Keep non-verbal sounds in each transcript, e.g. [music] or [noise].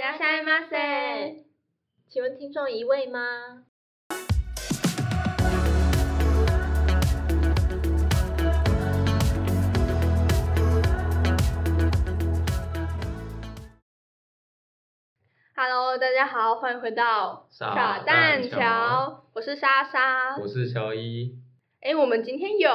拉塞马塞，请问听众一位吗？Hello，大家好，欢迎回到傻蛋桥，桥，我是莎莎。我是乔伊，哎，我们今天有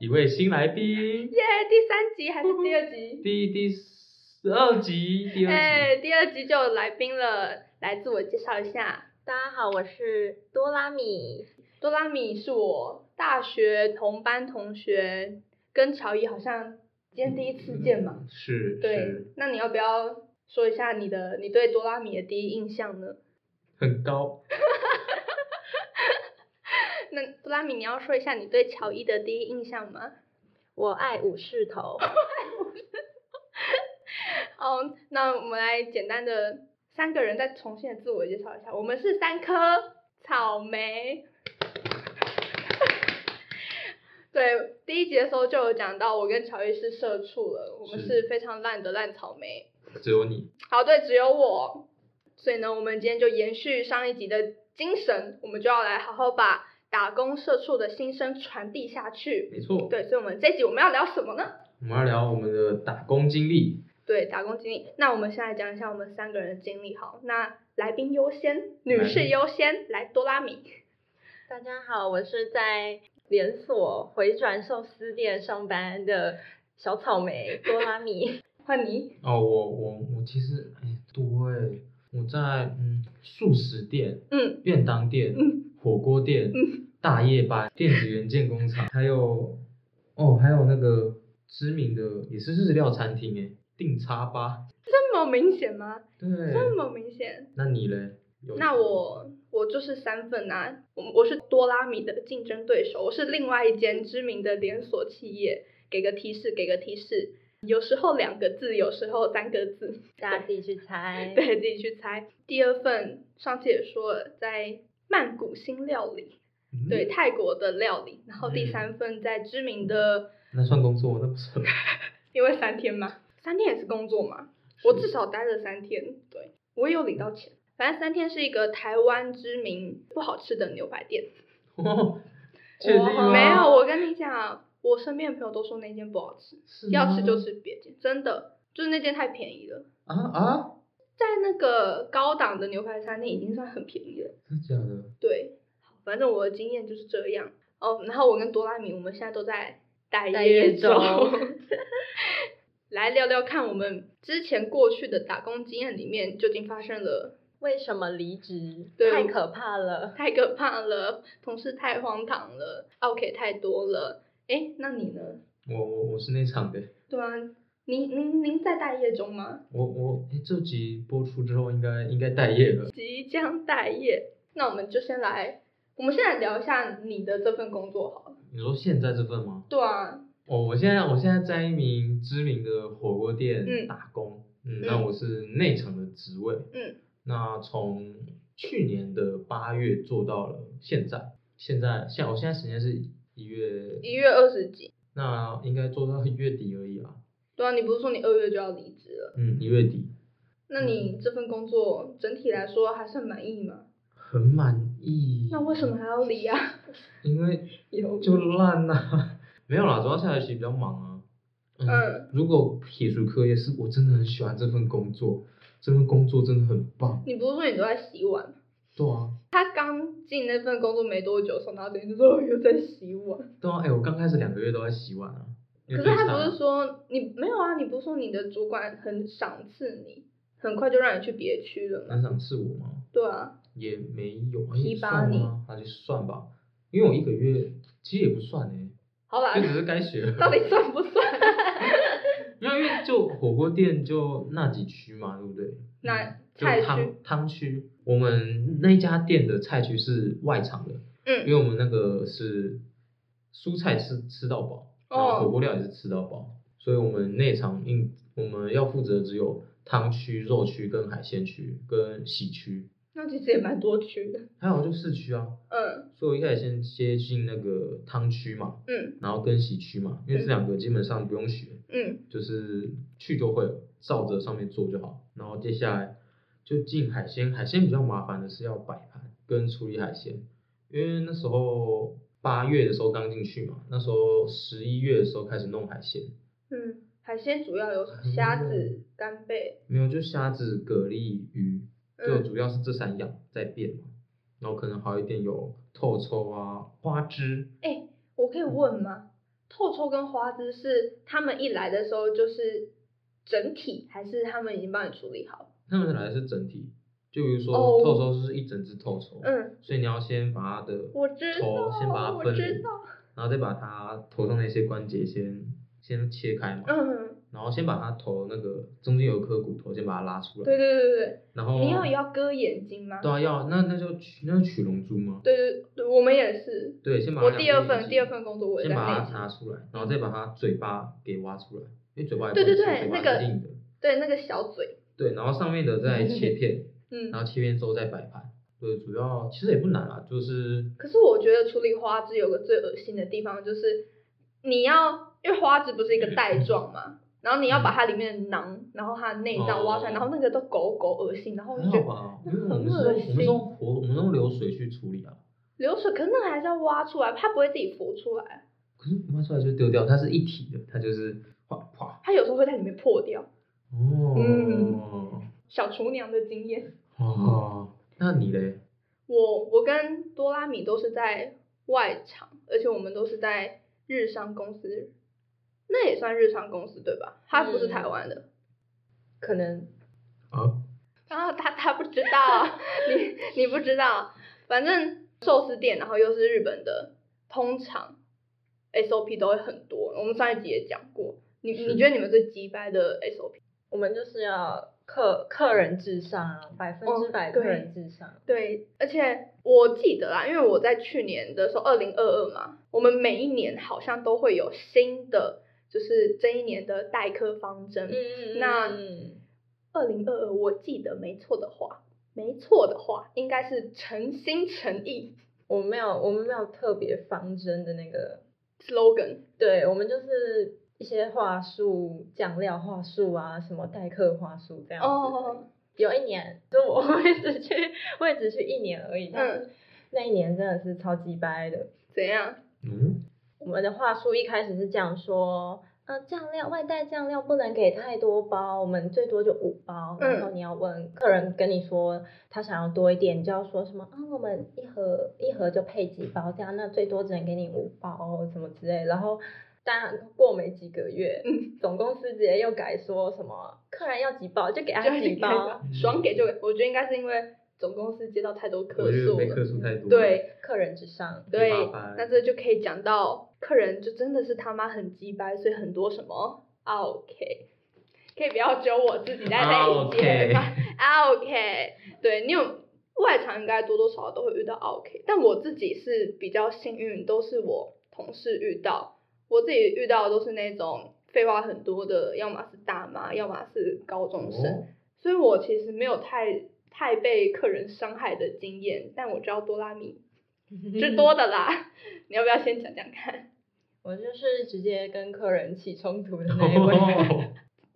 耶一位新来宾，第三集还是第二集？第第十二集，第二集，哎，第二集就有来宾了，来自我介绍一下。大家好，我是多拉米。多拉米是我大学同班同学，跟乔伊好像今天第一次见嘛。嗯是，对是，，那你要不要说一下你的你对多拉米的第一印象呢？ [laughs] 很高，那多拉米，你要说一下你对乔伊的第一印象吗？我爱武士头，哦，那我们来简单的三个人再重新的自我介绍一下，我们是三颗草莓。 [laughs] 对，第一节的时候就有讲到，我跟乔伊是社畜了，我们是是非常烂的烂草莓。只有你，好，对，只有我。所以呢，我们今天就延续上一集的精神，我们就要来好好把打工社畜的心声传递下去。没错，对，所以我们这集我们要聊什么呢？我们要聊我们的打工经历，对，打工经历。那我们现在讲一下我们三个人的经历。好，那来宾优先，女士优先，来多拉米。大家好，我是在连锁回转寿司店上班的小草莓多拉米。换你，哦，我我我其实，哎，对，我在嗯素食店、嗯，便当店、嗯火锅店、大夜班、电子元件工厂，还有哦，还有那个知名的也是日料餐厅哎，定叉吧。这么明显吗？对，这么明显？那你嘞？有那我我就是三份啊，我我是多拉米的竞争对手，我是另外一间知名的连锁企业。给个提示，给个提示，有时候两个字，有时候三个字， [laughs] 大家自己去猜。对自己去猜。第二份上次也说了，在曼谷新料理，嗯对，泰国的料理，然后第嗯三份在知名的，那算工作，那不算。因为三天嘛，三天也是工作嘛，我是至少待了三天，对我也有领到钱，反正三天是一个台湾知名不好吃的牛排店，哦， [laughs] 确定我吗？没有，，我跟你讲，我身边的朋友都说那间不好吃，嗯要吃就吃别间，真的，就是那间太便宜了，啊啊！在那个高档的牛排餐厅已经算很便宜了，真的假的？对，反正我的经验就是这样。哦，然后我跟多拉米，我们现在都在待待业业中中 [laughs] 来聊聊看我们之前过去的打工经验里面究竟发生了，为什么离职？对太可怕了。太可怕了，同事太荒唐了，OK 太多了。哎，那你呢？我我我是内场的，对啊，您您您在待业中吗？我我哎，这集播出之后应该应该待业了。即将待业，那我们就先来，我们先来聊一下你的这份工作好了。你说现在这份吗？哦对啊，我我现在我现在在一名知名的火锅店嗯打工，嗯，嗯那我是内场的职位，嗯，那从去年的八月做到了现在，现在现我现在时间是一月，一月二十几，那应该做到一月底而已啊，对啊，你不是说你二月就要离职了？嗯，一月底那你这份工作整体来说还算满意吗？很满意。那为什么？还要离啊？因为有就烂呐、 [laughs] 没有啦，主要下学期比较忙啊。嗯，嗯如果撇除课业，是我真的很喜欢这份工作，这份工作真的很棒。 [laughs] 你不是说你都在洗碗？对啊，他刚进那份工作没多久，送到这边就说哦又在洗碗。对啊，哎、我刚开始两个月都在洗碗啊。因可为是最他差不是说你没有啊？你不是说你的主管很赏赐你，很快就让你去别区了班吗？长是我吗？对啊，也没有，哎提拔算你吗？那就算吧，因为我一个月其实也不算哎、好啦就，只是该学而已。到底算不啊算？没有，因为就火锅店就那几区嘛，对不对？那嗯就菜区汤汤区，我们那家店的菜区是外场的，因嗯为我们那个是蔬菜吃吃到饱，然哦后火锅料也是吃到饱，所以我们内场应我们要负责只有汤区、肉区、跟海鲜区、跟洗区，那其实也蛮多区的。还有就市区啊。嗯所以我一开始先接近那个汤区嘛，嗯然后跟洗区嘛，因为这两个基本上不用学。嗯就是去就会了，照着上面做就好。然后接下来就进海鲜，海鲜比较麻烦的是要摆盘跟处理海鲜，因为那时候八月的时候刚进去嘛，那时候十一月的时候开始弄海鲜，嗯，海鲜主要有虾子嗯、干贝，没有就虾子、蛤蜊、鱼，就嗯主要是这三样在变嘛，然后可能好一点有透抽啊、花枝，哎、我可以问吗？透抽跟花枝是他们一来的时候就是整体，还是他们已经帮你处理好？他们来的是整体，就比如说哦透抽是一整只透抽，嗯，所以你要先把它的我知头先把道，它我分知离道，，然后再把它头上的一些关节先先切开嘛，嗯，然后先把它头那个中间有一颗骨头先把它拉出来，对对对对对，然后你要也要割眼睛吗？哦对啊要那那就取那就取龙珠吗？对对对，我们也是。对，先把它我两第边二一份起第二份工作我也先在把内它场，拿出来，然后再把它嘴巴给挖出来，因为嘴巴也对不对能吃对嘴巴那个是硬的，对那个小嘴，对，然后上面的再切片，嗯然。后切片之后再摆盘，对，主要其实也不难啦，就是可是我觉得处理花枝有个最恶心的地方就是，你要因为花枝不是一个带状嘛，然后你要把它里面的囊，然后它的内脏挖出来，哦然后那个都狗狗恶心，然后哦我还就觉好得吧，那因为我们很是恶用我心们是用活我们是用流水去处理啊，流水，可是那个还是要挖出来，它不会自己浮出来，可是挖出来就丢掉，它是一体的，它就是哗哗它有时候会在里面破掉。哦，嗯小厨娘的经验，哦，那你嘞？我我跟多拉米都是在外场，而且我们都是在日商公司，那也算日商公司对吧？它不是嗯台湾的，可能啊，啊，他他不知道，你你不知道，反正寿司店，然后又是日本的，通常 SOP 都会很多。我们上一集也讲过，你是你觉得你们最鸡掰的 SOP？我们就是要客客人至上啊，百分之百哦客对人至上。对，而且我记得啦，因为我在去年的时候，二零二二嘛，我们每一年好像都会有新的，就是这一年的代课方针。嗯那二零二二，我记得没错的话，没错的话，应该是诚心诚意我们没有我们没有特别方针的那个， slogan。对我们就是一些话术、酱料话术啊，什么待客话术这样子。哦，有一年，就我 [laughs] 我也只去，我也只去一年而已，但是那一年真的是超级掰的。怎样？嗯，我们的话术一开始是讲说，呃，酱料外带酱料不能给太多包，我们最多就五包。嗯然后你要问客人跟你说他想要多一点，你就要说什么啊，我们一盒一盒就配几包这样，那最多只能给你五包哦什么之类的。然后但过没几个月，嗯总公司直接又改说什么客人要几包就给他就几是包，爽给就给。我觉得应该是因为总公司接到太多我客觉得诉没客了，数太多，，对客人至上。对麻烦，那这就可以讲到客人就真的是他妈很鸡掰，所以很多什么 OK，可以不要揪我自己在那一节啊 OK 吗啊 OK，对你有外场应该多多少少都会遇到 OK，但我自己是比较幸运，都是我同事遇到，我自己遇到的都是那种废话很多的，要么是大妈，要么是高中生。哦，所以我其实没有太太被客人伤害的经验，但我知道多拉米是多的啦。 [laughs] 你要不要先讲讲看？我就是直接跟客人起冲突的那一位。 [laughs] 哦，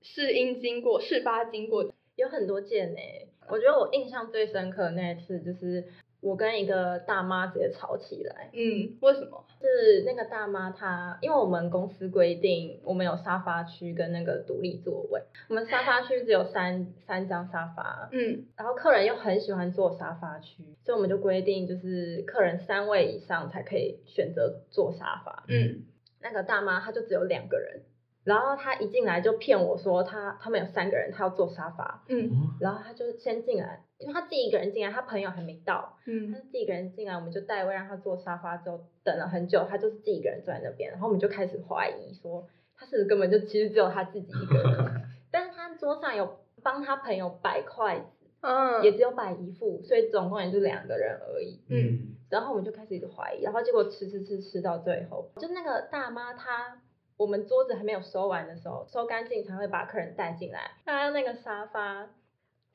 试因经过、事发经过，有很多件呢、欸我觉得我印象最深刻的那一次就是我跟一个大妈直接吵起来，嗯，为什么？是那个大妈她，因为我们公司规定我们有沙发区跟那个独立座位，我们沙发区只有三三张沙发，嗯然后客人又很喜欢坐沙发区，所以我们就规定就是客人三位以上才可以选择坐沙发。嗯，那个大妈她就只有两个人，然后她一进来就骗我说她他们有三个人，她要坐沙发。嗯哦然后他就先进来，因为他自己一个人进来，他朋友还没到，他嗯自己一个人进来，我们就代位让他坐沙发，之后等了很久，他就是自己一个人坐在那边，然后我们就开始怀疑说，他是不是根本就其实只有他自己一个人，但是他桌上有帮他朋友摆筷子，嗯，也只有摆一副，所以总共也就两个人而已。嗯，然后我们就开始一直怀疑，然后结果吃吃吃吃到最后，就那个大妈她，我们桌子还没有收完的时候，收干净才会把客人带进来。那那个沙发，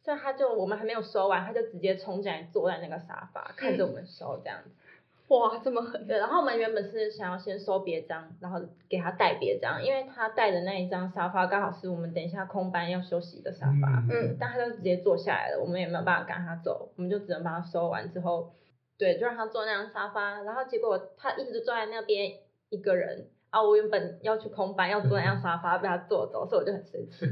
所以她就我们还没有收完，她就直接冲进来坐在那个沙发，看着我们收这样子。哇，这么狠！对，然后我们原本是想要先收别张，然后给他带别张，因为他带的那一张沙发刚好是我们等一下空班要休息的沙发，嗯但他就直接坐下来了，我们也没有办法赶他走，我们就只能把他收完之后，对，就让他坐那张沙发，然后结果他一直就坐在那边一个人。啊！我原本要去空班，要坐那张沙发，被他坐走，所以我就很生气。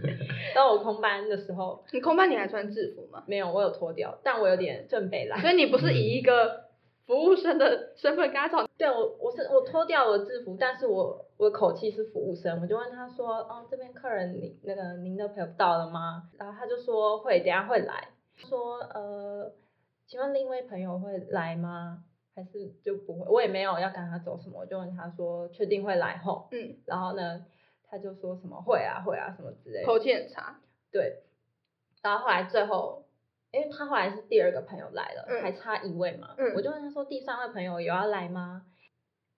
然后我空班的时候你空班你还穿制服 [laughs] 吗？没有，我有脱掉，但我有点正北来。所以你不是以一个服务生的身份跟他吵？对我，我是我脱掉我的制服，但是我我口气是服务生，我就问他说，哦，这边客人您那个您的朋友到了吗？然后他就说会，等一下会来。说呃，请问另一位朋友会来吗？还是就不会？我也没有要赶他走什么，我就问他说确定会来吼。嗯，然后呢，他就说什么会啊会啊什么之类的。口气很差。对，然后后来最后，因为他后来是第二个朋友来了，嗯还差一位嘛，嗯我就问他说第三位朋友有要来吗？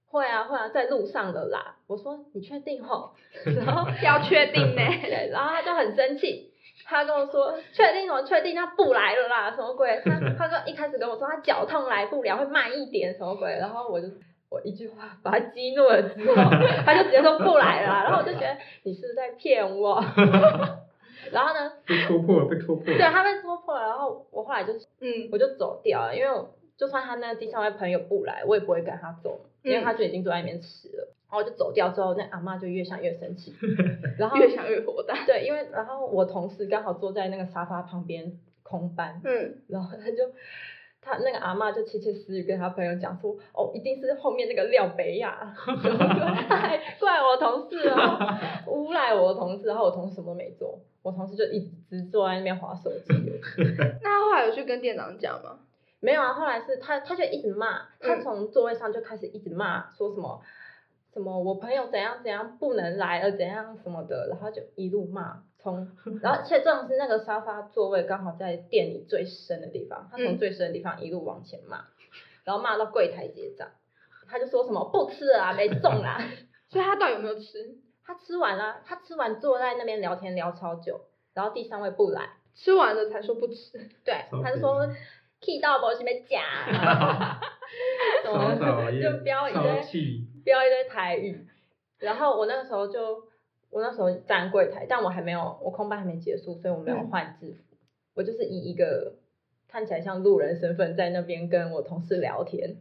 会啊会啊，在路上了啦。我说你确定吼？ [laughs] 然 [laughs] 后要确定呢对，然后他就很生气，他跟我说确定什么确定他不来了啦，什么鬼？ [laughs] 他他就一开始跟我说他脚痛来不了，会慢一点什么鬼？然后我就。我一句话把他激怒了之后，他就直接说不来了啦，然后我就觉得你是不是在骗我？ [laughs] 然后呢，被戳破了，被戳破 [laughs] 对， [laughs] 了。他被戳破了，然后我后来就是嗯，我就走掉了，因为我就算他那个第三位朋友不来，我也不会跟他走，因为他就已经坐在那边吃了。然后我就走掉之后，那阿嬷就越想越生气，然后越想越火大。对，因为然后我同事刚好坐在那个沙发旁边空班，嗯，然后他就他那个阿嬷就窃窃私语跟他朋友讲说，哦，一定是后面那个廖北亚， [laughs] 然后说哎，怪我同事哦，诬赖我的同事，然后我同事什么都没做，我同事就一直坐在那边划手机。那他后来有去跟店长讲吗？没有啊，后来是他，他就一直骂，他从座位上就开始一直骂，说什么什么我朋友怎样怎样不能来了怎样什么的，然后就一路骂，从然后而且重点是那个沙发座位刚好在店里最深的地方，他从嗯最深的地方一路往前骂，然后骂到柜台结账，他就说什么不吃了啊，没送啦，所以他到底有没有吃？他吃完啦，他吃完坐在那边聊天聊超久，然后第三位不来，吃完了才说不吃，对，超他就可说怜 key 到不是被夹。什么超讨厌，就飙一超堆气，飙一堆台语，然后我那个时候就，我那时候站柜台，但我还没有，我空班还没结束，所以我没有嗯换制服，我就是以一个看起来像路人身份在那边跟我同事聊天，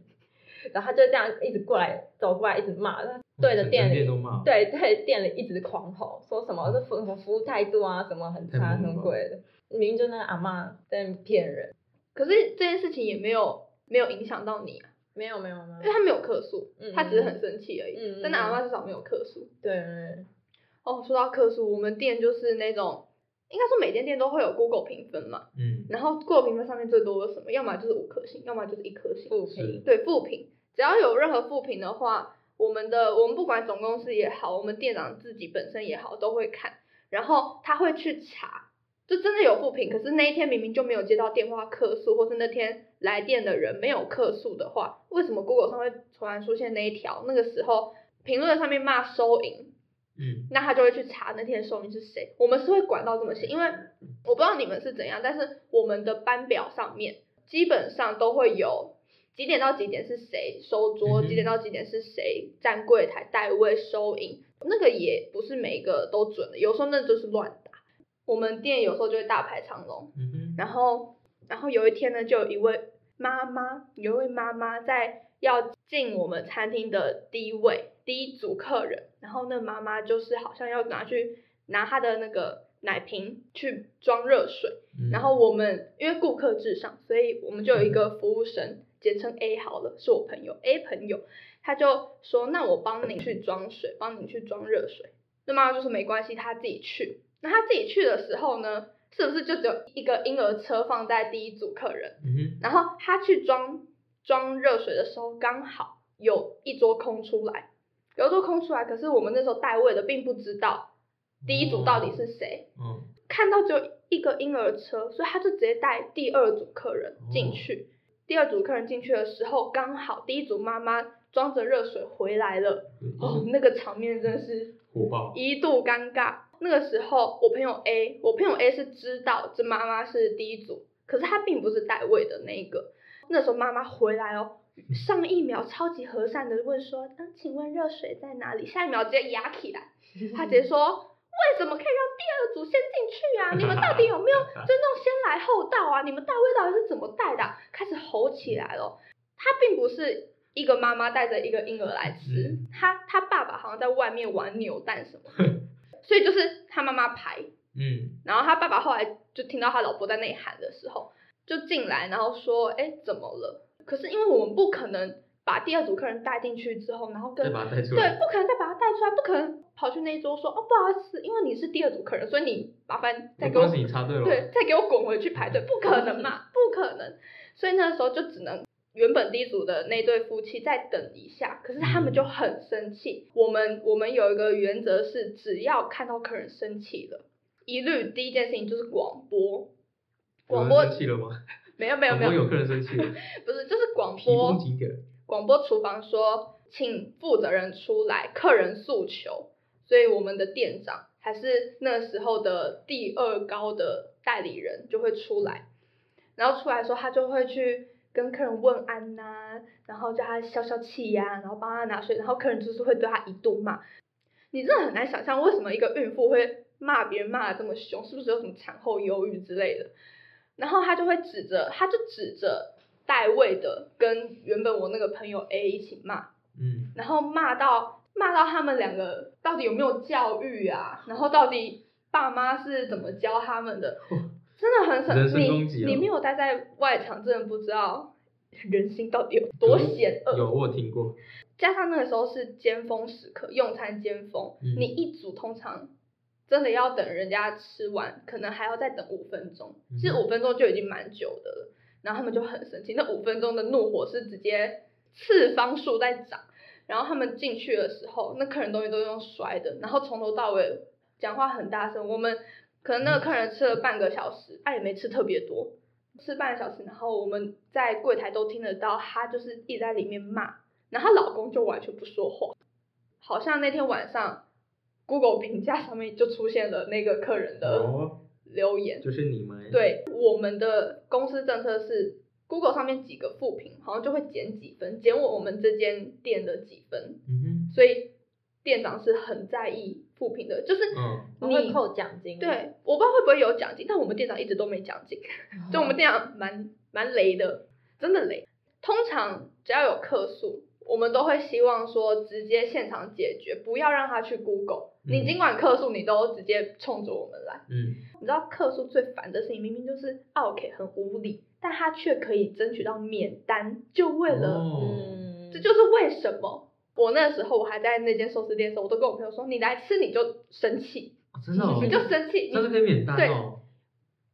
然后他就这样一直过来走过来一直骂，然后对着整店间里店都骂，，对对，店里一直狂吼，说什么这服什么服务态度啊，什么很太差，猛什了么吧鬼的，明明就那个阿嬷在那边骗人，可是这件事情也没有没有影响到你、啊，没有没有没因为有，他没有客诉嗯，他只是很生气而已。嗯，但那阿嬷妈至少没有客诉。对，对哦，说到客诉，我们店就是那种，应该说每间店都会有 Google 评分嘛，嗯，然后 Google 评分上面最多的什么，要么就是五颗星，要么就是一颗星。不是平，对，负评，只要有任何负评的话，我们的我们不管总公司也好，我们店长自己本身也好，都会看，然后他会去查，就真的有负评，可是那一天明明就没有接到电话客诉，或是那天来电的人没有客诉的话，为什么 Google 上会突然出现那一条？那个时候评论上面骂收银，嗯，那他就会去查那天的收银是谁。我们是会管到这么细，因为我不知道你们是怎样，但是我们的班表上面基本上都会有几点到几点是谁收桌，嗯哼几点到几点是谁站柜台代位收银，那个也不是每一个都准的，有时候那就是乱打。我们店有时候就会大排长龙，嗯哼，然后，然后有一天呢，就有一位妈妈，有一位妈妈在要进我们餐厅的第一位第一组客人，然后那妈妈就是好像要拿去拿她的那个奶瓶去装热水，嗯然后我们因为顾客至上，所以我们就有一个服务生，简称 A 好了，是我朋友 A 朋友，他就说那我帮你去装水，帮你去装热水。那妈妈就说没关系，他自己去。那他自己去的时候呢，是不是就只有一个婴儿车放在第一组客人？嗯哼，然后他去装装热水的时候，刚好有一桌空出来，有一桌空出来，可是我们那时候代位的并不知道第一组到底是谁。嗯，看到只有一个婴儿车，所以他就直接带第二组客人哦进去。第二组客人进去的时候，刚好第一组妈妈装着热水回来了。哦，那个场面真是火爆，一度尴尬。那个时候，我朋友 A，我朋友 A 是知道这妈妈是第一组，可是她并不是代位的那一个。那时候妈妈回来哦，嗯上一秒超级和善的问说，嗯，请问热水在哪里？下一秒直接压起来，他直接说。为什么可以让第二组先进去啊？你们到底有没有尊重先来后到啊？你们带位到底是怎么带的啊、开始吼起来了。他并不是一个妈妈带着一个婴儿来吃嗯，他他爸爸好像在外面玩扭蛋什么，所以就是他妈妈排，嗯，然后他爸爸后来就听到他老婆在那里喊的时候，就进来，然后说：“哎，怎么了？”可是因为我们不可能把第二组客人带进去之后，然后再跟把它带出对，来。不可能再把他带出来，不可能跑去那一桌说：“哦，不好意思，因为你是第二组客人，所以你麻烦再没给我关系，你插队了。对，再给我滚回去排队，不可能嘛，不可能。所以那时候就只能原本第一组的那对夫妻再等一下，可是他们就嗯很生气。我们我们有一个原则是，只要看到客人生气了，一律第一件事情就是广播。有广人播生气了吗？没有没有没广播有，哦有客人生 [laughs] 气了，不是就是广提供播景点。广播厨房说，请负责人出来，客人诉求。所以我们的店长还是那时候的第二高的代理人就会出来，然后出来的时候他就会去跟客人问安呐、然后叫他消消气呀、然后帮他拿水，然后客人就是会对他一度骂。你真的很难想象为什么一个孕妇会骂别人骂的这么凶，是不是有什么产后忧郁之类的？然后他就会指着，他就指着代位的跟原本我那个朋友 A 一起骂，嗯，然后骂到骂到他们两个到底有没有教育啊？然后到底爸妈是怎么教他们 [laughs] 的？真的很人神，身攻击你啊你没有待在外场，真的不知道人心到底有多险恶。有我有听过。加上那个时候是尖峰时刻，用餐尖峰，嗯你一组通常真的要等人家吃完，可能还要再等五分钟，其实嗯五分钟就已经蛮久的了。然后他们就很生气，那五分钟的怒火是直接次方数在涨。然后他们进去的时候，那客人东西都是用摔的，然后从头到尾讲话很大声。我们可能那个客人吃了半个小时，他、也没吃特别多，吃半个小时，然后我们在柜台都听得到，她就是一直在里面骂，然后她老公就完全不说话，好像那天晚上 Google 评价上面就出现了那个客人的哦，留言，就是你们。。对，我们的公司政策是 Google 上面几个负评，好像就会减几分，减我们这间店的几分，嗯哼。所以店长是很在意负评的，就是嗯，我会你扣奖金，对，我不知道会不会有奖金，但我们店长一直都没奖金，哦，就我们店长蛮蛮雷的，真的雷。通常只要有客诉，我们都会希望说直接现场解决，不要让他去 Google。你嗯尽管客诉，你都直接冲着我们来。嗯，你知道客诉最烦的事情，明明就是奥 k 很无理，但他却可以争取到免单，就为了、哦，嗯，这就是为什么我那时候我还在那间寿司店的时候，我都跟我朋友说，你来吃你就生气，哦真的哦，你就生气，这你是可以免单对哦。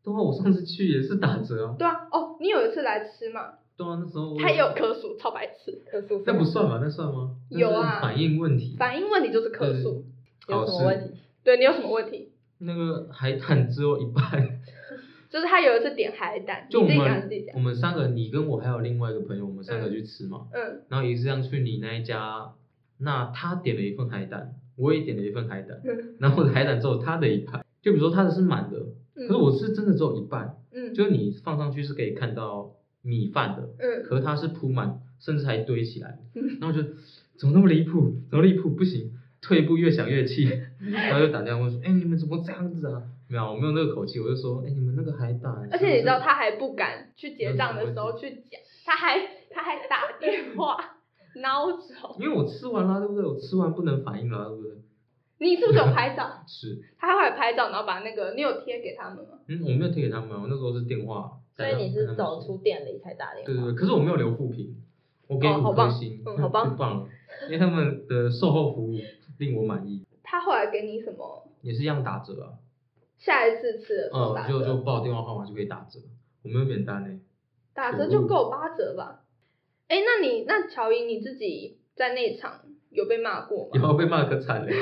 对啊，我上次去也是打折啊。对啊，哦，你有一次来吃嘛，对啊，那时候我他也有客诉，超白痴，客诉费那不算吧？那算吗？那是有啊反应问题。反应问题就是客对诉，有考什试么问题？对你有什么问题？那个海胆只有一半， [laughs] 就是他有一次点海胆，就你自己我讲你自们己讲我，们三个，你跟我还有另外一个朋友，我们三个去吃嘛，嗯然后也是这样去你那一家，那他点了一份海胆，我也点了一份海胆，嗯然后我的海胆只有他的一半，就比如说他的是满的，可是嗯我是真的只有一半，嗯就是你放上去是可以看到米饭的，嗯可是它是铺满，甚至还堆起来，嗯然后我觉得怎么那么离谱，怎么离谱，不行，退一步越想越 [laughs] 气，然后就打电话问说，哎、你们怎么这样子啊？没有，我没有那个口气，我就说，哎、你们那个海胆，而且你知道是他还不敢去结账的时候去讲，他还他还打电话孬种，不是，因为我吃完啦，对不对？我吃完不能反应啦，对不对？你是不是有拍照？是，他还会拍照，然后把那个你有贴给他们吗？嗯，我没有贴给他们，我那时候是电话，所以你是跟他们走说出店里才打电对对话，对，可是我没有留负评，我给哦好五颗棒星，嗯好棒太棒了，因为他们的售后服务令我满意，他后来给你什么？也是一样打折啊，下一次吃的时候呃，打就就折，报电话号码就可以打折，我没有欸免单呢、打嗯折就够八折吧？哎，那你那乔伊你自己在那场有被骂过以吗？后被骂可惨了，欸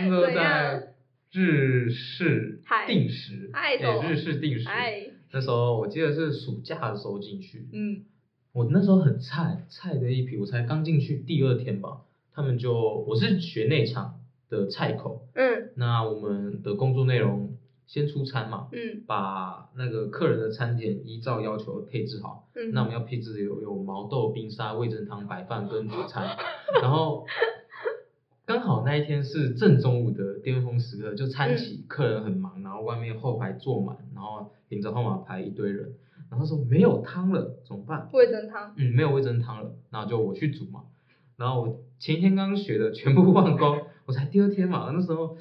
那时候怎样在日式嗨定时，嗨对走日式定 [laughs] 时，哎，那时候我记得是暑假的时候进去，嗯我那时候很菜，菜的一批，我才刚进去第二天吧，他们就我是学内场的菜口，嗯那我们的工作内容先出餐嘛，嗯把那个客人的餐点依照要求配置好。嗯，那我们要配置有有毛豆、冰沙、味噌汤、白饭跟主餐， [laughs] 然后刚好那一天是正中午的巅峰时刻，就餐起客人很忙，然后外面后排坐满，然后领着号码牌一堆人，然后说没有汤了怎么办？味噌汤，嗯，没有味噌汤了，然后就我去煮嘛，然后我前一天刚学的全部忘光，我才第二天嘛，那时候，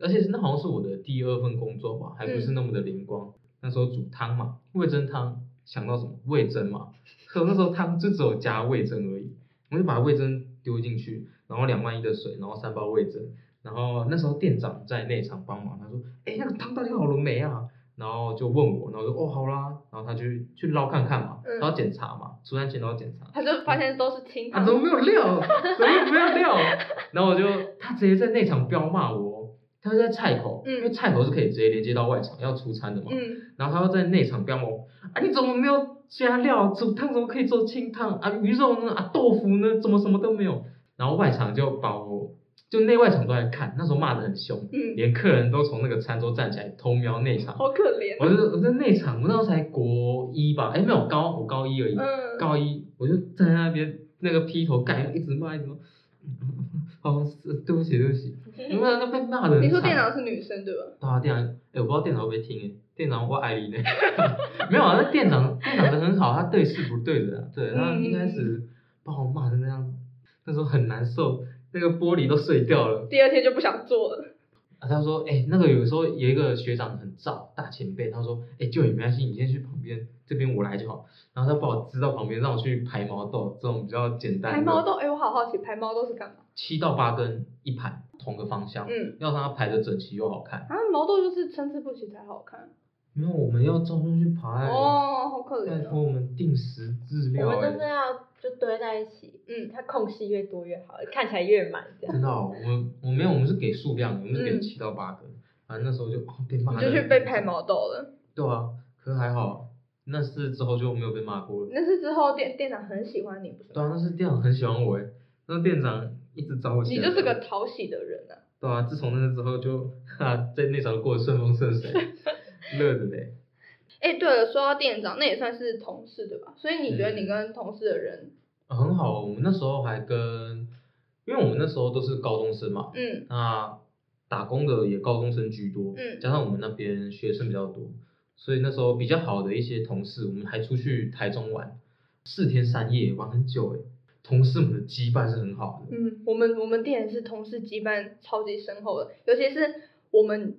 而且那好像是我的第二份工作吧，还不是那么的灵光，那时候煮汤嘛，味噌汤想到什么味噌嘛，可那时候汤就只有加味噌而已，我就把味噌丢进去，然后两万一的水，然后三包味噌，然后那时候店长在内场帮忙，他说，哎，那个汤到底好了没啊？然后就问我，然后我说哦好啦，然后他去去捞看看嘛，嗯然后检查嘛，出餐前都要检查，他就发现都是清啊汤怎，么没有料，怎么没有料？然后我就他直接在内场彪骂我，哦他就在菜口，嗯因为菜口是可以直接连接到外场要出餐的嘛，嗯，然后他又在内场彪我，啊你怎么没有加料？煮汤怎么可以做清汤啊？鱼肉呢？啊豆腐呢？怎么什么都没有？然后外场就把我就内外场都在看，那时候骂的很凶，嗯，连客人都从那个餐桌站起来偷瞄内场。好可怜，我是我在内场，我那时候才国一吧，哎、没有高，我高一而已，嗯，高一我就站在那边那个劈头盖脸一直骂一直骂， [laughs] 哦，是对不起对 [laughs] 不起，因为那被骂的很惨。你说店长是女生对吧？对啊，店长，哎、我不知道店长会不会听哎、店长我爱你呢， [laughs] 没有啊，那店长店长人很好，他对事不对人、啊，对他一开始把我骂成那样，那时候很难受，那个玻璃都碎掉了。第二天就不想做了，啊，他说，哎、那个有时候有一个学长很燥，大前辈，他说，哎、就你没关系，你先去旁边，这边我来就好。然后他把我支到旁边，让我去排毛豆，这种比较简单的。排毛豆，哎，我好好奇排毛豆是干嘛？七到八根一盘，同个方向，嗯，要让它排的整齐又好看。啊，毛豆就是参差不齐才好看，没有，我们要照顺序排。哦，好可拜怜托哦，我们定时日我们料、欸，就是要就堆在一起，嗯，它空隙越多越好，看起来越满这样。真的哦、我们我没有，我们是给数量的，我们是给嗯七到八根。反正那时候就、哦、被骂你得就很惨，去被排毛豆了。对啊，可是还好，那次之后就没有被骂过了。那是之后店店长很喜欢你，不是对吗？啊，那是店长很喜欢我哎，那店长一直找我起你来就是聊个讨喜的人啊。对啊，自从那次之后就哈、在那场过得顺风顺 [laughs] 水，乐的嘞。哎、对了，说到店长，那也算是同事对吧？所以你觉得你跟同事的人，啊很好，我们那时候还跟，因为我们那时候都是高中生嘛，嗯那打工的也高中生居多，嗯加上我们那边学生比较多，所以那时候比较好的一些同事，我们还出去台中玩，四天三夜玩很久诶，同事们的羁绊是很好的，嗯，我们我们店也是同事羁绊超级深厚的，尤其是我们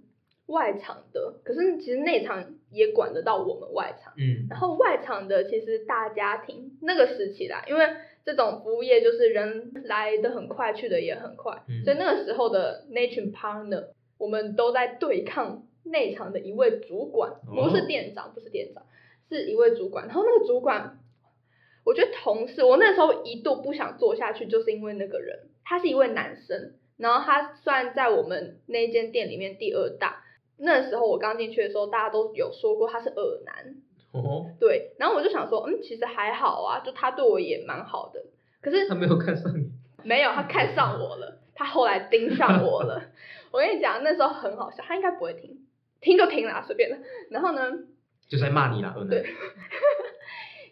外场的，可是其实内场也管得到我们外场。嗯，然后外场的其实大家庭那个时期啦，因为这种服务业就是人来的很快，去的也很快，嗯所以那个时候的那群 partner，我们都在对抗内场的一位主管，哦不是店长，不是店长，是一位主管。然后那个主管，我觉得同事，我那时候一度不想做下去，就是因为那个人，他是一位男生，然后他算在我们那间店里面第二大。那时候我刚进去的时候，大家都有说过他是耳男，哦，对，然后我就想说，嗯，其实还好啊，就他对我也蛮好的。可是他没有看上你，没有，他看上我了，他后来盯上我了。我跟你讲，那时候很好笑，他应该不会听，听就听啦，随便的。然后呢，就在骂你啦，可能，对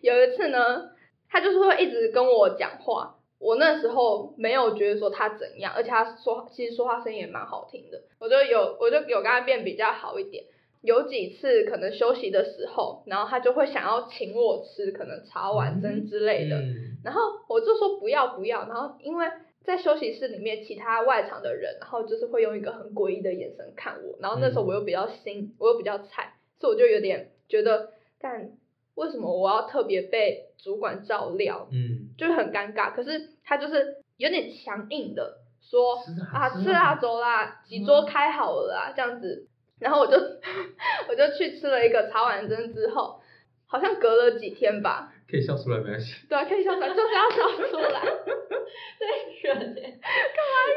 有一次呢，他就是会一直跟我讲话。我那时候没有觉得说他怎样，而且他说其实说话声音也蛮好听的，我就有我就有跟他变比较好一点。有几次可能休息的时候，然后他就会想要请我吃可能茶碗蒸之类的，嗯，然后我就说不要不要，然后因为在休息室里面，其他外场的人，然后就是会用一个很诡异的眼神看我，然后那时候嗯我又比较新，我又比较菜，所以我就有点觉得，但为什么我要特别被主管照料，嗯，就是很尴尬。可是他就是有点强硬的说吃嗯啊啊，吃啊，，走啦，几桌开好了啦，这样子。然后我就 [laughs] 我就去吃了一个茶碗蒸之后，好像隔了几天吧，可以笑出来没关系。对啊，可以笑出来，就是要笑出来。对，人 [laughs] 耶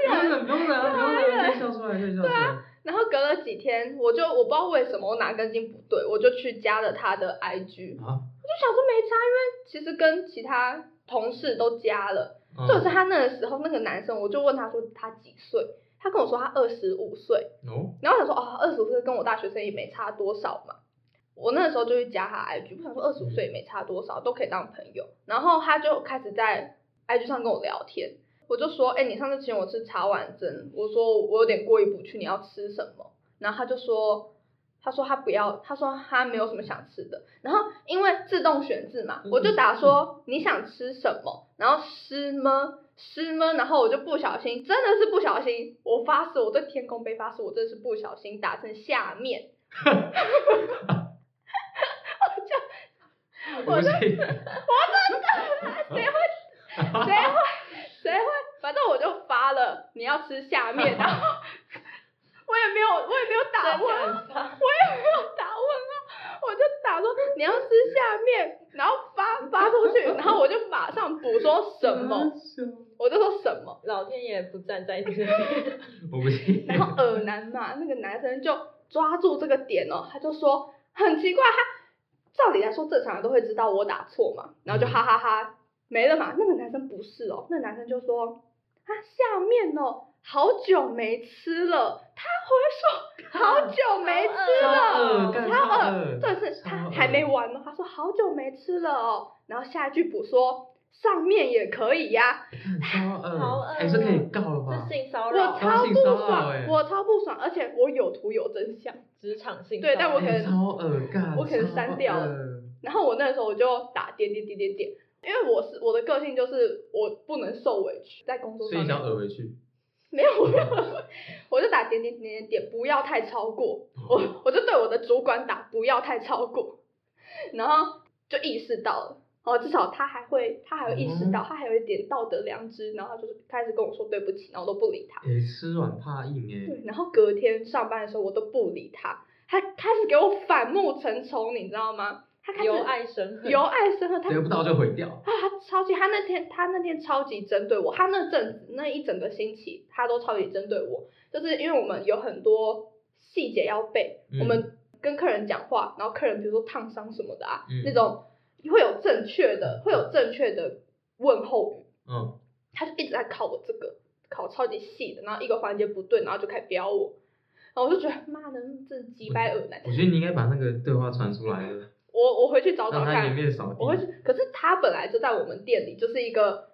不用忍，不用忍啊，不用忍，可以笑出来，可以笑出来。然后隔了几天，我就我不知道为什么我哪根筋不对，我就去加了他的 IG，我啊，就想说没差，因为其实跟其他同事都加了，嗯就是他那个时候那个男生，我就问他说他几岁，他跟我说他二十五岁，哦，然后我想说哦，二十五岁跟我大学生也没差多少嘛。我那时候就去加他 IG，我想说二十五岁也没差多少，都可以当朋友。然后他就开始在 IG 上跟我聊天，我就说，哎、你上次请我吃茶碗蒸，我说我有点过意不去，你要吃什么？然后他就说，他说他不要，他说他没有什么想吃的。然后因为自动选字嘛，嗯我就打说你想吃什么，然后诗么诗么，然后我就不小心，真的是不小心，我发誓，我对天空杯发誓，我真的是不小心打成下 [laughs] 面。我不信，谁会谁会谁会？反正我就发了，你要吃下面，然后 [laughs] 我也没有我也没有打问号，真的很我也没有打问号，我就打说你要吃下面，然后发发出去，然后我就马上补说什么，我就说什么，老天爷不站 [laughs] 在这边，我不信，然 [laughs] 后耳男嘛，那个男生就抓住这个点哦，他就说很奇怪，他照理来说正常人都会知道我打错嘛，然后就哈哈哈没了嘛。那个男生不是哦，那个男生就说啊下面哦，好久没吃了，他回说好久没吃了，超饿干超超饿饿，但是超他饿还没完呢，他说好久没吃了哦，然后下一句补说上面也可以呀、看超好恶，呃恶哎，这可以告了吧哦是？性骚我扰，超不性骚扰爽欸，我超不爽，而且我有图有真相。职场性骚对扰，但我可能哎超恶干，我可能超删掉了恶然后我那时候我就打点点点点点，因为我是我的个性就是我不能受委屈，在工作所上以你想面耳回去，没有没有，我就打点点点点点，不要太超过，哦我我就对我的主管打不要太超过，然后就意识到了。哦，至少他还会，他还有意识到，哦他还有一点道德良知，然后他就是开始跟我说对不起，然后我都不理他。哎，吃软怕硬哎对，然后隔天上班的时候我都不理他，他开始给我反目成仇，你知道吗？他开始由爱生恨，由爱生恨，哎，他得不到就毁掉，啊，他超级，他那天他那天超级针对我，他那阵子那一整个星期，他都超级针对我，就是因为我们有很多细节要背，嗯我们跟客人讲话，然后客人比如说烫伤什么的啊，嗯那种会有正确的，会有正确的问候语，嗯，他就一直在考我这个，考超级细的，然后一个环节不对，然后就开始飙我，然后我就觉得妈的，这几百耳男，我觉得你应该把那个对话传出来的，我我回去找找让看他颜，面扫地我。会去，可是他本来就在我们店里，就是一个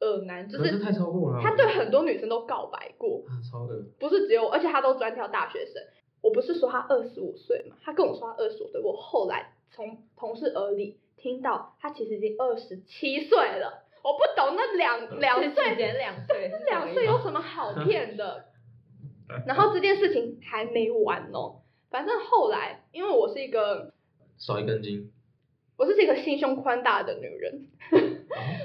恶男，就可是是太超过了啊，他对很多女生都告白过，啊超恶，不是只有我，而且他都专挑大学生。我不是说他二十五岁嘛，他跟我说他二十五岁，我后来从同事耳里听到他其实已经二十七岁了，我不懂那嗯两两是岁减两岁，是两岁有什么好 [laughs] 骗的？然后这件事情还没完哦，反正后来因为我是一个少一根筋，我是一个心胸宽大的女人，哦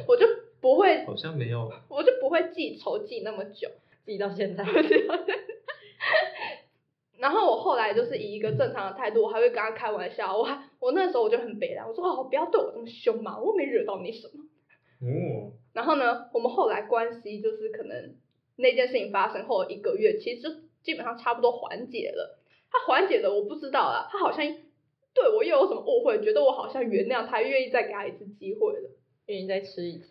我就不会好像没有，我就不会记仇记那么久。 [laughs] 记到现在，然后我后来就是以一个正常的态度，我还会跟他开玩笑。我还我那时候我就很北凉，我说哦，不要对我这么凶嘛，我又没惹到你什么。哦，然后呢，我们后来关系就是可能那件事情发生后一个月，其实就基本上差不多缓解了。他缓解了，我不知道啦，他好像对我又有什么误会，觉得我好像原谅他，愿意再给他一次机会了。愿意再吃一次，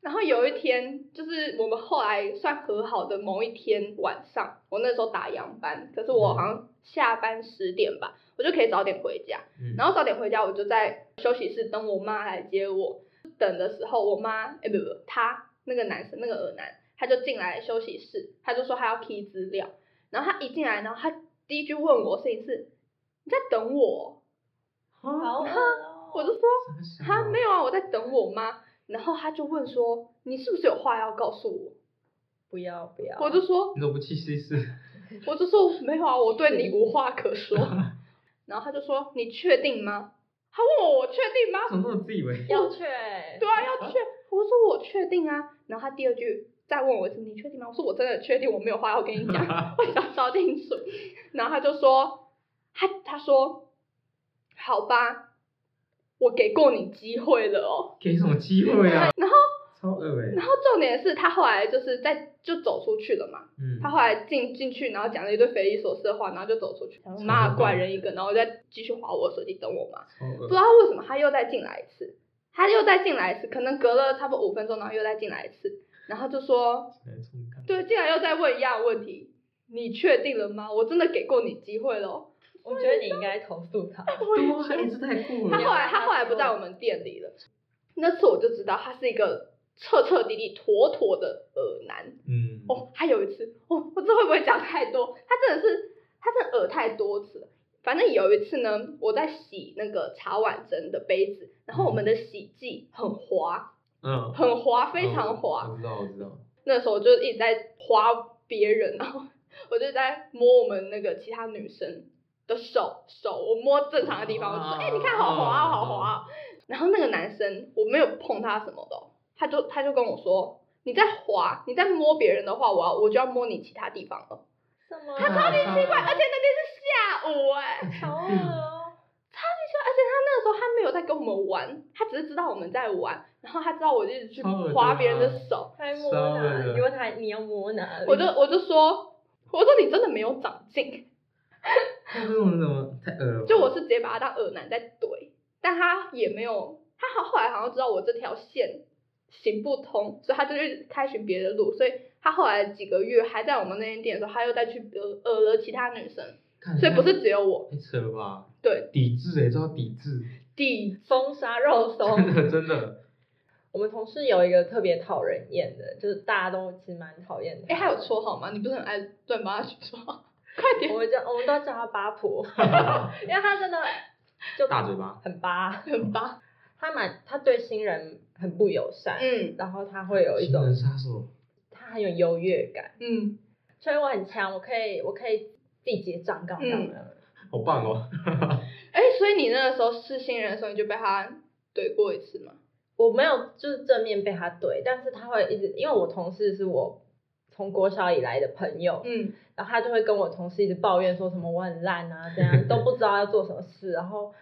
然后有一天，就是我们后来算和好的某一天晚上，我那时候打烊班，可是我好像下班十点吧，我就可以早点回家。嗯然后早点回家，我就在休息室等我妈来接我。等的时候，我妈哎、不不不，他那个男生那个耳男，他就进来休息室，他就说他要 key 资料。然后他一进来，然后他第一句问我事情是：“你在等我好好，恶哦，？” [laughs] 我就说。他没有啊，我在等我妈。然后他就问说：“你是不是有话要告诉我不要不要，？”我就说你怎么不去试一试？：“我就说没有啊，我对你无话可说。” [laughs] 然后他就说：“你确定吗？”他问我：“我确定吗？”怎么那么自以为？ [laughs] 要去，对啊，要确。我说：“我确定啊。”然后他第二句再问我一次：“你确定吗？”我说：“我真的确定，我没有话要跟你讲，我想搞清楚。”然后他就说：“他他说，好吧，我给过你机会了哦。”给什么机会啊？然后超恶哎，然后重点是他后来就是在就走出去了嘛，嗯他后来进进去，然后讲了一堆匪夷所思的话，然后就走出去，想说妈怪人一个，然后再继续划我手机等我妈，超不恶知道为什么他又再进来一次，他又再进来一次，可能隔了差不多五分钟，然后又再进来一次，然后就说，来重看。对，竟然又再问一样的问题，你确定了吗？我真的给过你机会哦喽。我觉得你应该投诉他。对啊，你这太酷他了。后来他后来不在我们店里了，那次我就知道他是一个彻彻底底、妥妥的恶男。嗯，哦，还有一次，哦，我这会不会讲太多？他真的是，他真的耳太多次了。反正有一次呢，我在洗那个茶碗蒸的杯子，然后我们的洗剂很滑，嗯，很滑，非常嗯滑。我知道，我知道。那时候我就一直在划别人，然后 [laughs] 我就在摸我们那个其他女生的手手，我摸正常的地方，我就说：“啊哎、你看好滑啊，好滑啊。”然后那个男生我没有碰他什么的哦，他就他就跟我说：“你在滑，你在摸别人的话，我要我就要摸你其他地方了。”什么？他超级奇怪，而且那天是下午哎、好恶哦。就而且他那个时候他没有在跟我们玩，他只是知道我们在玩，然后他知道我就一直去超恶的划啊别人的手，还摸稍微哪的里？你问他你要摸哪里？我就我就说，我说你真的没有长进，那这种怎么太恶了吧？就我是直接把他当耳男在怼，但他也没有，他好后来好像知道我这条线行不通，所以他就去开寻别的路，所以他后来几个月还在我们那间店的时候，他又再去讹讹了其他女生，看，所以不是只有我，太扯了吧？对，抵制哎，知道抵制，第风沙肉松。真的真的。我们同事有一个特别讨人厌的，就是大家都其实蛮讨厌哎、他。还有绰号吗？你不是很爱乱 [laughs] 帮他取绰号？快点，我们叫我们都叫他八 [laughs] 婆，因为他真的就大嘴 [laughs] 巴，很八，很棒。他蛮他对新人很不友善，嗯然后他会有一新人种杀手。他很有优越感，嗯，所以我很强，我可以我可以自己结账干嘛干嘛。好棒哦！哎、所以你那个时候是新人的时候，你就被他怼过一次吗？我没有就是正面被他怼，但是他会一直，因为我同事是我从国小以来的朋友，嗯，然后他就会跟我同事一直抱怨说什么我很烂啊，怎样都不知道要做什么事，然后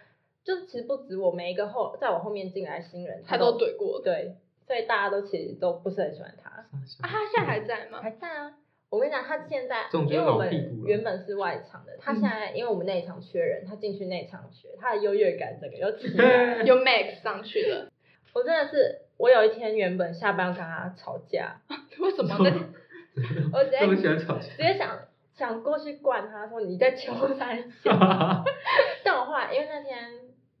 就是其实不止我，每一个后在我后面进来的新人他都怼过的。对，所以大家都其实都不是很喜欢他，啊，他现在还在 [laughs] 吗？还在啊。我跟你讲，他现在这种就因是为我老屁股们了原本是外场的，他现在因为我们内场缺人，他进去内场学，他的优越感整个又起来 [laughs] 了。有 Max 上去了， [laughs] 我真的是，我有一天原本下班要跟他吵架，为什么？那我直接这么喜欢吵架，直接想想过去灌他说你在求三小， [laughs] [laughs] 但我后来因为那天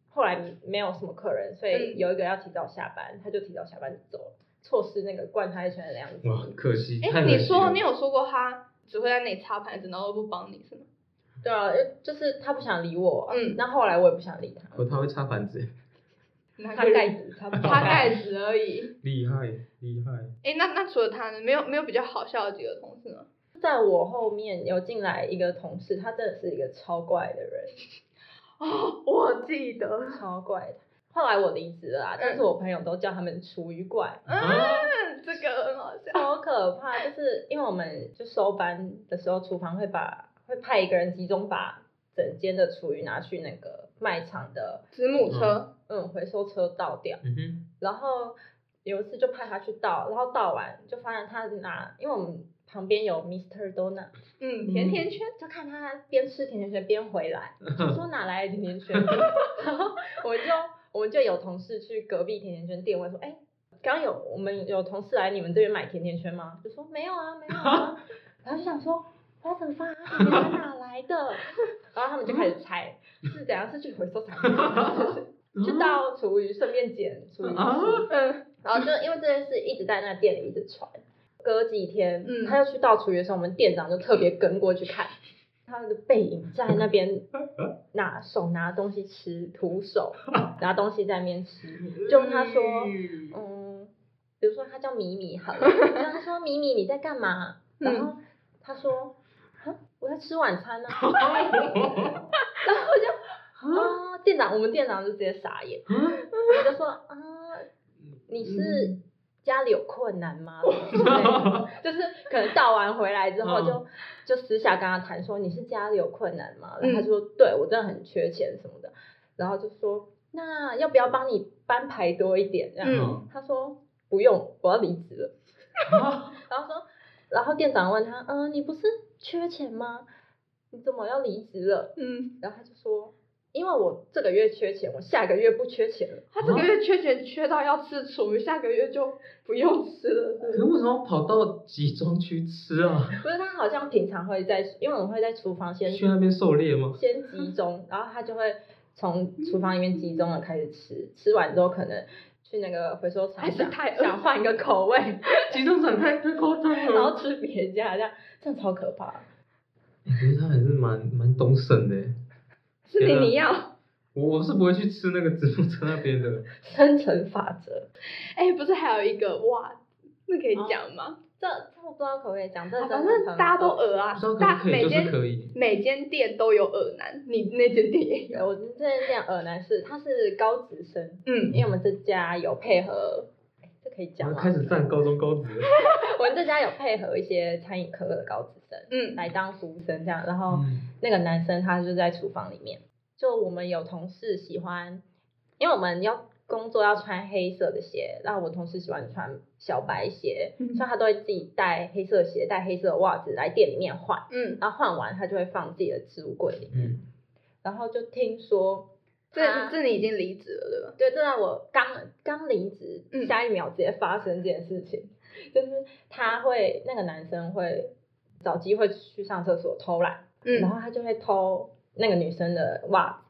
后来没有什么客人，所以嗯有一个要提早下班，他就提早下班走了，错失那个灌他一拳的良机。哇，可惜，哎、太可惜了你说你有说过他只会在那里擦盘子，然后不帮你是吗？对啊，就就是他不想理我、啊嗯那后来我也不想理他，哦，他会擦盘子，拿擦 [laughs] 盖子，他不想擦盖子而已。厉害厉害。哎、那那除了他呢，没有没有比较好笑的几个同事吗？在我后面有进来一个同事，他真的是一个超怪的人，哦，我记得，超怪的。后来我离职了啊，但是我朋友都叫他们厨余怪，啊，嗯， [laughs] 这个很好 [laughs] 笑。超可怕。就是因为我们就收班的时候，厨房会把会派一个人集中把整间的厨余拿去那个卖场的子母车，嗯回收车倒掉，嗯哼，然后有一次就派他去倒，然后倒完就发现他拿，因为我们旁边有 Mr. Donut。嗯，甜甜圈，就看他边吃甜甜圈边回来，就说哪来的甜甜圈？ [laughs] 然后我就我们就有同事去隔壁甜甜圈店问说，哎、刚有我们有同事来你们这边买甜甜圈吗？就说没有啊，没有啊。然后就想说，我怎么发甜甜圈哪来的？ [laughs] 然后他们就开始猜是怎样是去回收厂， [laughs] 就到厨余顺便捡厨余啊吃。嗯，然后就因为这件事一直在那店里一直传，隔几天，嗯他要去倒厨余的时候，我们店长就特别跟过去看他的背影在那边 [laughs] 拿手拿东西吃，徒手拿东西在那边吃，就问他说，嗯，比如说他叫米 [laughs] 米好了，然后他说米米你在干嘛？嗯然后他说，啊我在吃晚 [laughs] [laughs] 餐呢、然后我就啊，店长，我们店长就直接傻眼，我就说啊，你是家里有困难吗？之类的 [laughs] 就是可能倒完回来之后嗯就就私下跟他谈说你是家里有困难吗？然后嗯他说对我真的很缺钱什么的，然后就说那要不要帮你搬牌多一点这样？嗯他说不用，我要离职了。 [laughs] 啊然后说，然后店长问他，嗯、你不是缺钱吗？你怎么要离职了？嗯，然后他就说，因为我这个月缺钱，我下个月不缺钱了。他嗯这个月缺钱缺到要吃厨余，下个月就不用吃了，可是是不是为什么跑到集中区吃啊？不是他好像平常会在，因为我们会在厨房先去那边狩猎吗？先集 [laughs] 中，然后他就会从厨房里面集中了开始吃，吃完之后可能去那个回收厂还是想太饿嗯想换一个口味，集中场太太夸张然了。后吃别家，这样真的超可怕。欸可是他还是蛮蛮懂省的欸。是你你 [laughs] 要，我我是不会去吃那个直播车那边的，生存法则，哎、不是还有一个哇，那可以讲吗？这这我不知道可不可以讲，这真的啊反正很大家都恶鹅啊不知道，可大不可以每就是间可以。每间店都有鹅男，你那间店也有，对我们这间店耳男是他是高职生，嗯，因为我们这家有配合，哎这可以我讲们吗？开始站高中高职了。 [laughs] 我们这家有配合一些餐饮科的高职生嗯来当服务生这样，然后嗯那个男生他就在厨房里面，就我们有同事喜欢，因为我们要工作要穿黑色的鞋，然后我同事喜欢穿小白鞋，嗯所以他都会自己带黑色鞋、带黑色的袜子来店里面换，嗯，然后换完他就会放自己的置物柜里，嗯，然后就听说。这这你已经离职了对吧？对，这让我刚刚离职嗯，下一秒直接发生这件事情，就是他会那个男生会找机会去上厕所偷懒，然嗯，后他就会偷那个女生的袜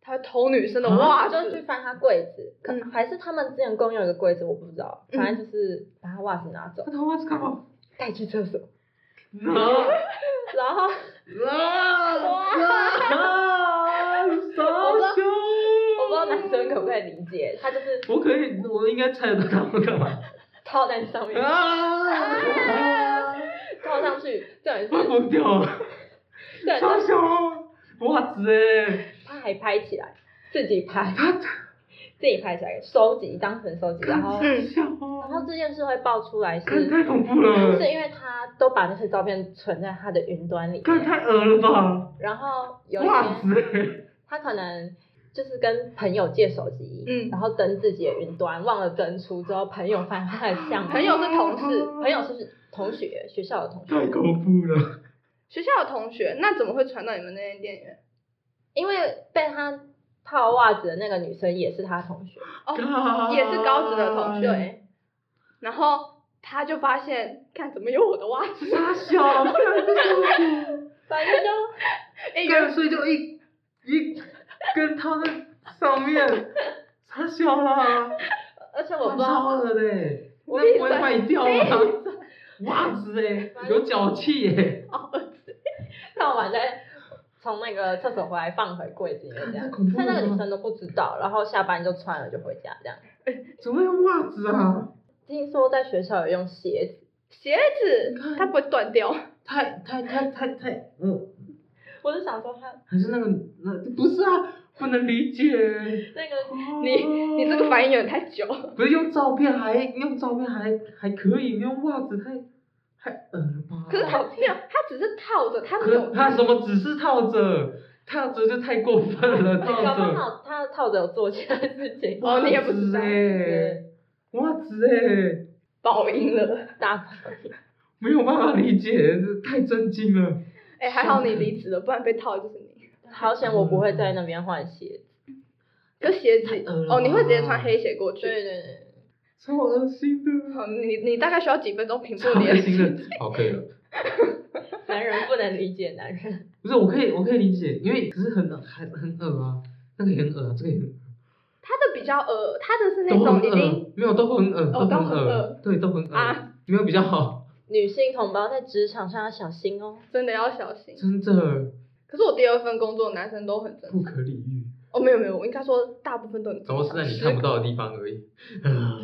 他会偷女生的啊袜子，就去子，翻她柜子，可、哦嗯还是他们之前共用一个柜子，我不知道，反正就是把她袜子拿走那，他袜子干嘛？带去厕所，啊然后 [laughs] 啊！傻笑。我不知道男生可不可以理解，他就是我可以，我应该猜得到他们干嘛。套在上嗯面，啊！套上去，重 [laughs] 点是，快疯掉了！对，傻就是笑啊，袜子哎，他还拍起来，自己拍。他自己拍起来收集，当成收集，然后嗯傻笑然啊，后这件事会爆出来是，看是太恐怖了，因为他都把那些照片存在他的云端里看面，太恶了吧，然后有一袜天子哎，他可能就是跟朋友借手机，嗯然后登自己的云端，忘了登出之后，朋友翻他的相簿，朋友是同事啊朋友是同学，学校的同太学，恐怖了，学校的同学，那怎么会传到你们那间店里面？因为被他套袜子的那个女生也是他同学，哦，也是高职的同学，对对，然后他就发现，看怎么有我的袜子，傻笑，看这什么？反正就 [laughs] 哎、原干脆就一一根套在上面，傻笑啦，而且我不太知道超恶的嘞，我那不闭会嘴坏掉吗？袜子哎，有脚气哎，看完再从那个厕所回来放回柜子里面这太啊样。恐怖但那个女了，生都不知道，然后下班就穿了就回家这样。怎么会用袜子啊？听说在学校有用鞋子，鞋你子看它不会断掉，太太太太太，嗯，我就想说他还是那个那不是啊，不能理 [laughs] 解。那个你你这个反应有点太久了。哦不是用照片还用照片还还可以，用袜子太太恶了吧？可是他没有，他只是套着，他没可有。他什么只是套着，套着就太过分 [laughs] 了，套搞不着好他套着有做这件事情，哦你也不知道袜子哎，袜子哎，报应了。大爆没有办法理解，这太震惊了。哎、还好你离职了，不然被套的就是你。好险我不会在那边换鞋嗯子。可是鞋子太恶了吧哦，你会直接穿黑鞋过去。对对对，超恶心的，好，你你大概需要几分钟平复超你恶的心的，好可以了。男人不能理解男人，不是，我可以，我可以理解，因为可是很很很恶啊，那个也很恶啊，这个也很他的比较呃，他的是那都种很已经恶，没有都很恶，哦很都很恶恶，对，都很恶啊，没有比较好，女性同胞在职场上要小心哦。真的要小心。真的可是我第二份工作男生都很真。不可理喻，哦，没有没有，我应该说大部分都很主要是在你看不到的地方 [laughs] 而已。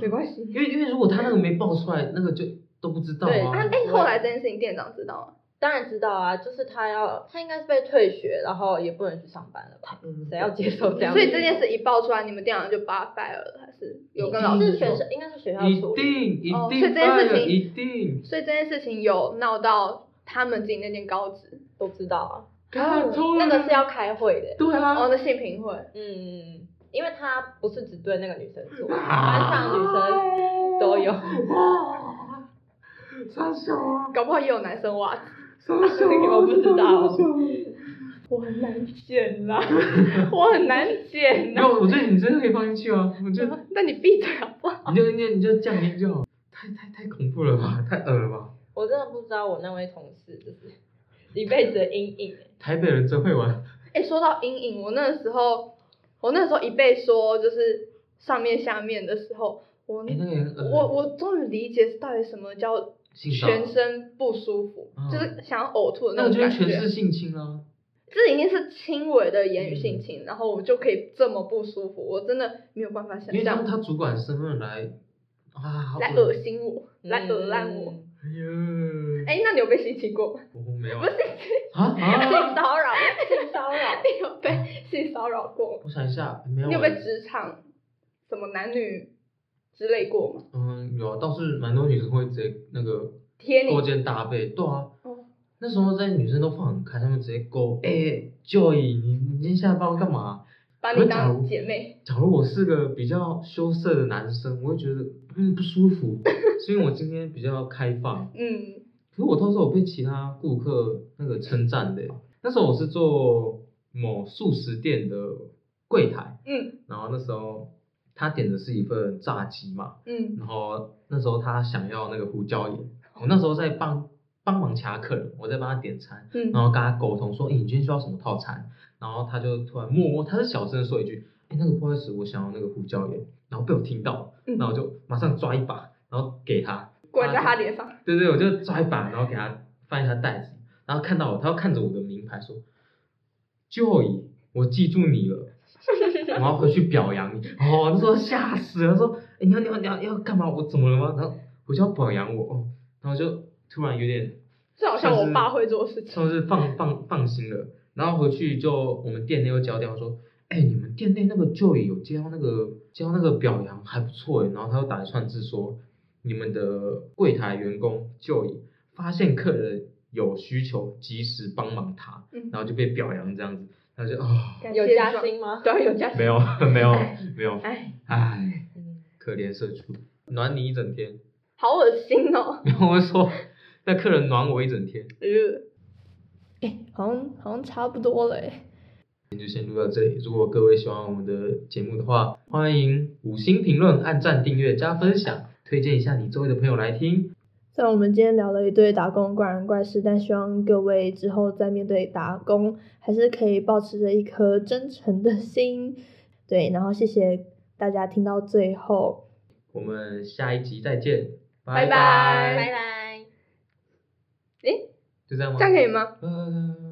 没关系。因为因为如果他那个没爆出来，那个就都不知道对啊，啊。哎、后来这件事情店长知道吗？当然知道啊，就是他要他应该是被退学，然后也不能去上班了吧？嗯谁要接受这样的？所以这件事一爆出来，你们店长就把他 fire 了，还是嗯有跟老一师嗯是定说学？校，应该是学校一处理。定一哦定所以这件事 fire，情一定，所以这件事情有闹到他们自己那间高职，都知道啊，看超恶那个是要开会的。对啊，哦，那性平会，嗯，因为他不是只对那个女生做，班啊上女生都 [laughs] 有。哇，傻笑啊，搞不好也有男生袜子。 [laughs] 傻笑啊，我不知道傻笑啊我很难剪啦，我很难剪没哦啦。有，我觉得你真的可以放进去啊，我就 [laughs] 那你闭嘴好不好？你就你就你就降音就好，太太太恐怖了 [laughs] 吧，太恶了吧， [laughs] 我真的不知道我那位同事就是一辈子的阴影。台北人真会玩，哎、说到阴影，我那时候，我那时候一被说就是上面下面的时候，我、哎、那个也很恶我我终于理解到底什么叫性骚扰全身不舒服，嗯就是想要呕吐的那那种个就感是觉。全是性侵啊，这已经是轻微的言语嗯性侵，然后我就可以这么不舒服，我真的没有办法想因为他象们。他主管的身份来啊，好来恶，心我，来恶烂我。嗯。哎哎、呦，那你有被性侵过吗？我没有不是啊哦 [laughs] 啊，性骚 [laughs] 扰，性骚扰。你有被 [laughs] 性骚扰过吗？我想一下，没有你有欸被职场什么男女之类过吗？嗯，有啊，倒是蛮多女生会直接那个贴你勾肩搭背，对啊。哦那时候在女生都放很开，她们直接勾，哎、j o y 你你今天下班干嘛？把可你是假当如姐妹，假如我是个比较羞涩的男生，我会觉得嗯不舒服，是因为我今天比较开放。嗯，可是我到时候我被其他顾客那个称赞的，欸那时候我是做某素食店的柜台，嗯，然后那时候他点的是一份炸鸡嘛，嗯，然后那时候他想要那个胡椒盐，我那时候在帮帮忙其他客人，我在帮他点餐，嗯，然后跟他沟通说，哎、你今天需要什么套餐？然后他就突然默默，他是小声地说一句，哎、那个不好意思，我想要那个胡椒盐，然后被我听到了，嗯那我就马上抓一把，然后给他，滚在他脸上，对对，我就抓一把，然后给他放一下袋子，然后看到我，他要看着我的名牌说，Joy，我记住你了。我要回去表扬你。哦，那时候吓死了，说，哎、你要你要你要要干嘛？我怎么了吗？然后我就要表扬我，哦，然后就突然有点这好像像我是爸会做的事情。算是放放放心了。然后回去就我们店内又交掉说，哎、你们店内那个 Joy 有接到那个接到那个表扬还不错哎。然后他又打一串字说，你们的柜台员工 Joy 发现客人有需求，及时帮忙他，嗯，然后就被表扬这样子，然后 [laughs] 就啊、感谢有加状，薪吗？对，有加薪，没有没有 [laughs] 没有，哎，唉。嗯，可怜社畜，暖你一整天。 [laughs] 好恶心哦。然后我说，那客人暖我一整天。呃，哎，好像好像差不多了哎。今天就先录到这里。如果各位喜欢我们的节目的话，欢迎五星评论、按赞、订阅、加分享，推荐一下你周围的朋友来听。虽然我们今天聊了一堆打工怪人怪事，但希望各位之后在面对打工，还是可以保持着一颗真诚的心。对，然后谢谢大家听到最后。我们下一集再见，拜拜拜拜。就这样吗？这样可以吗？拜拜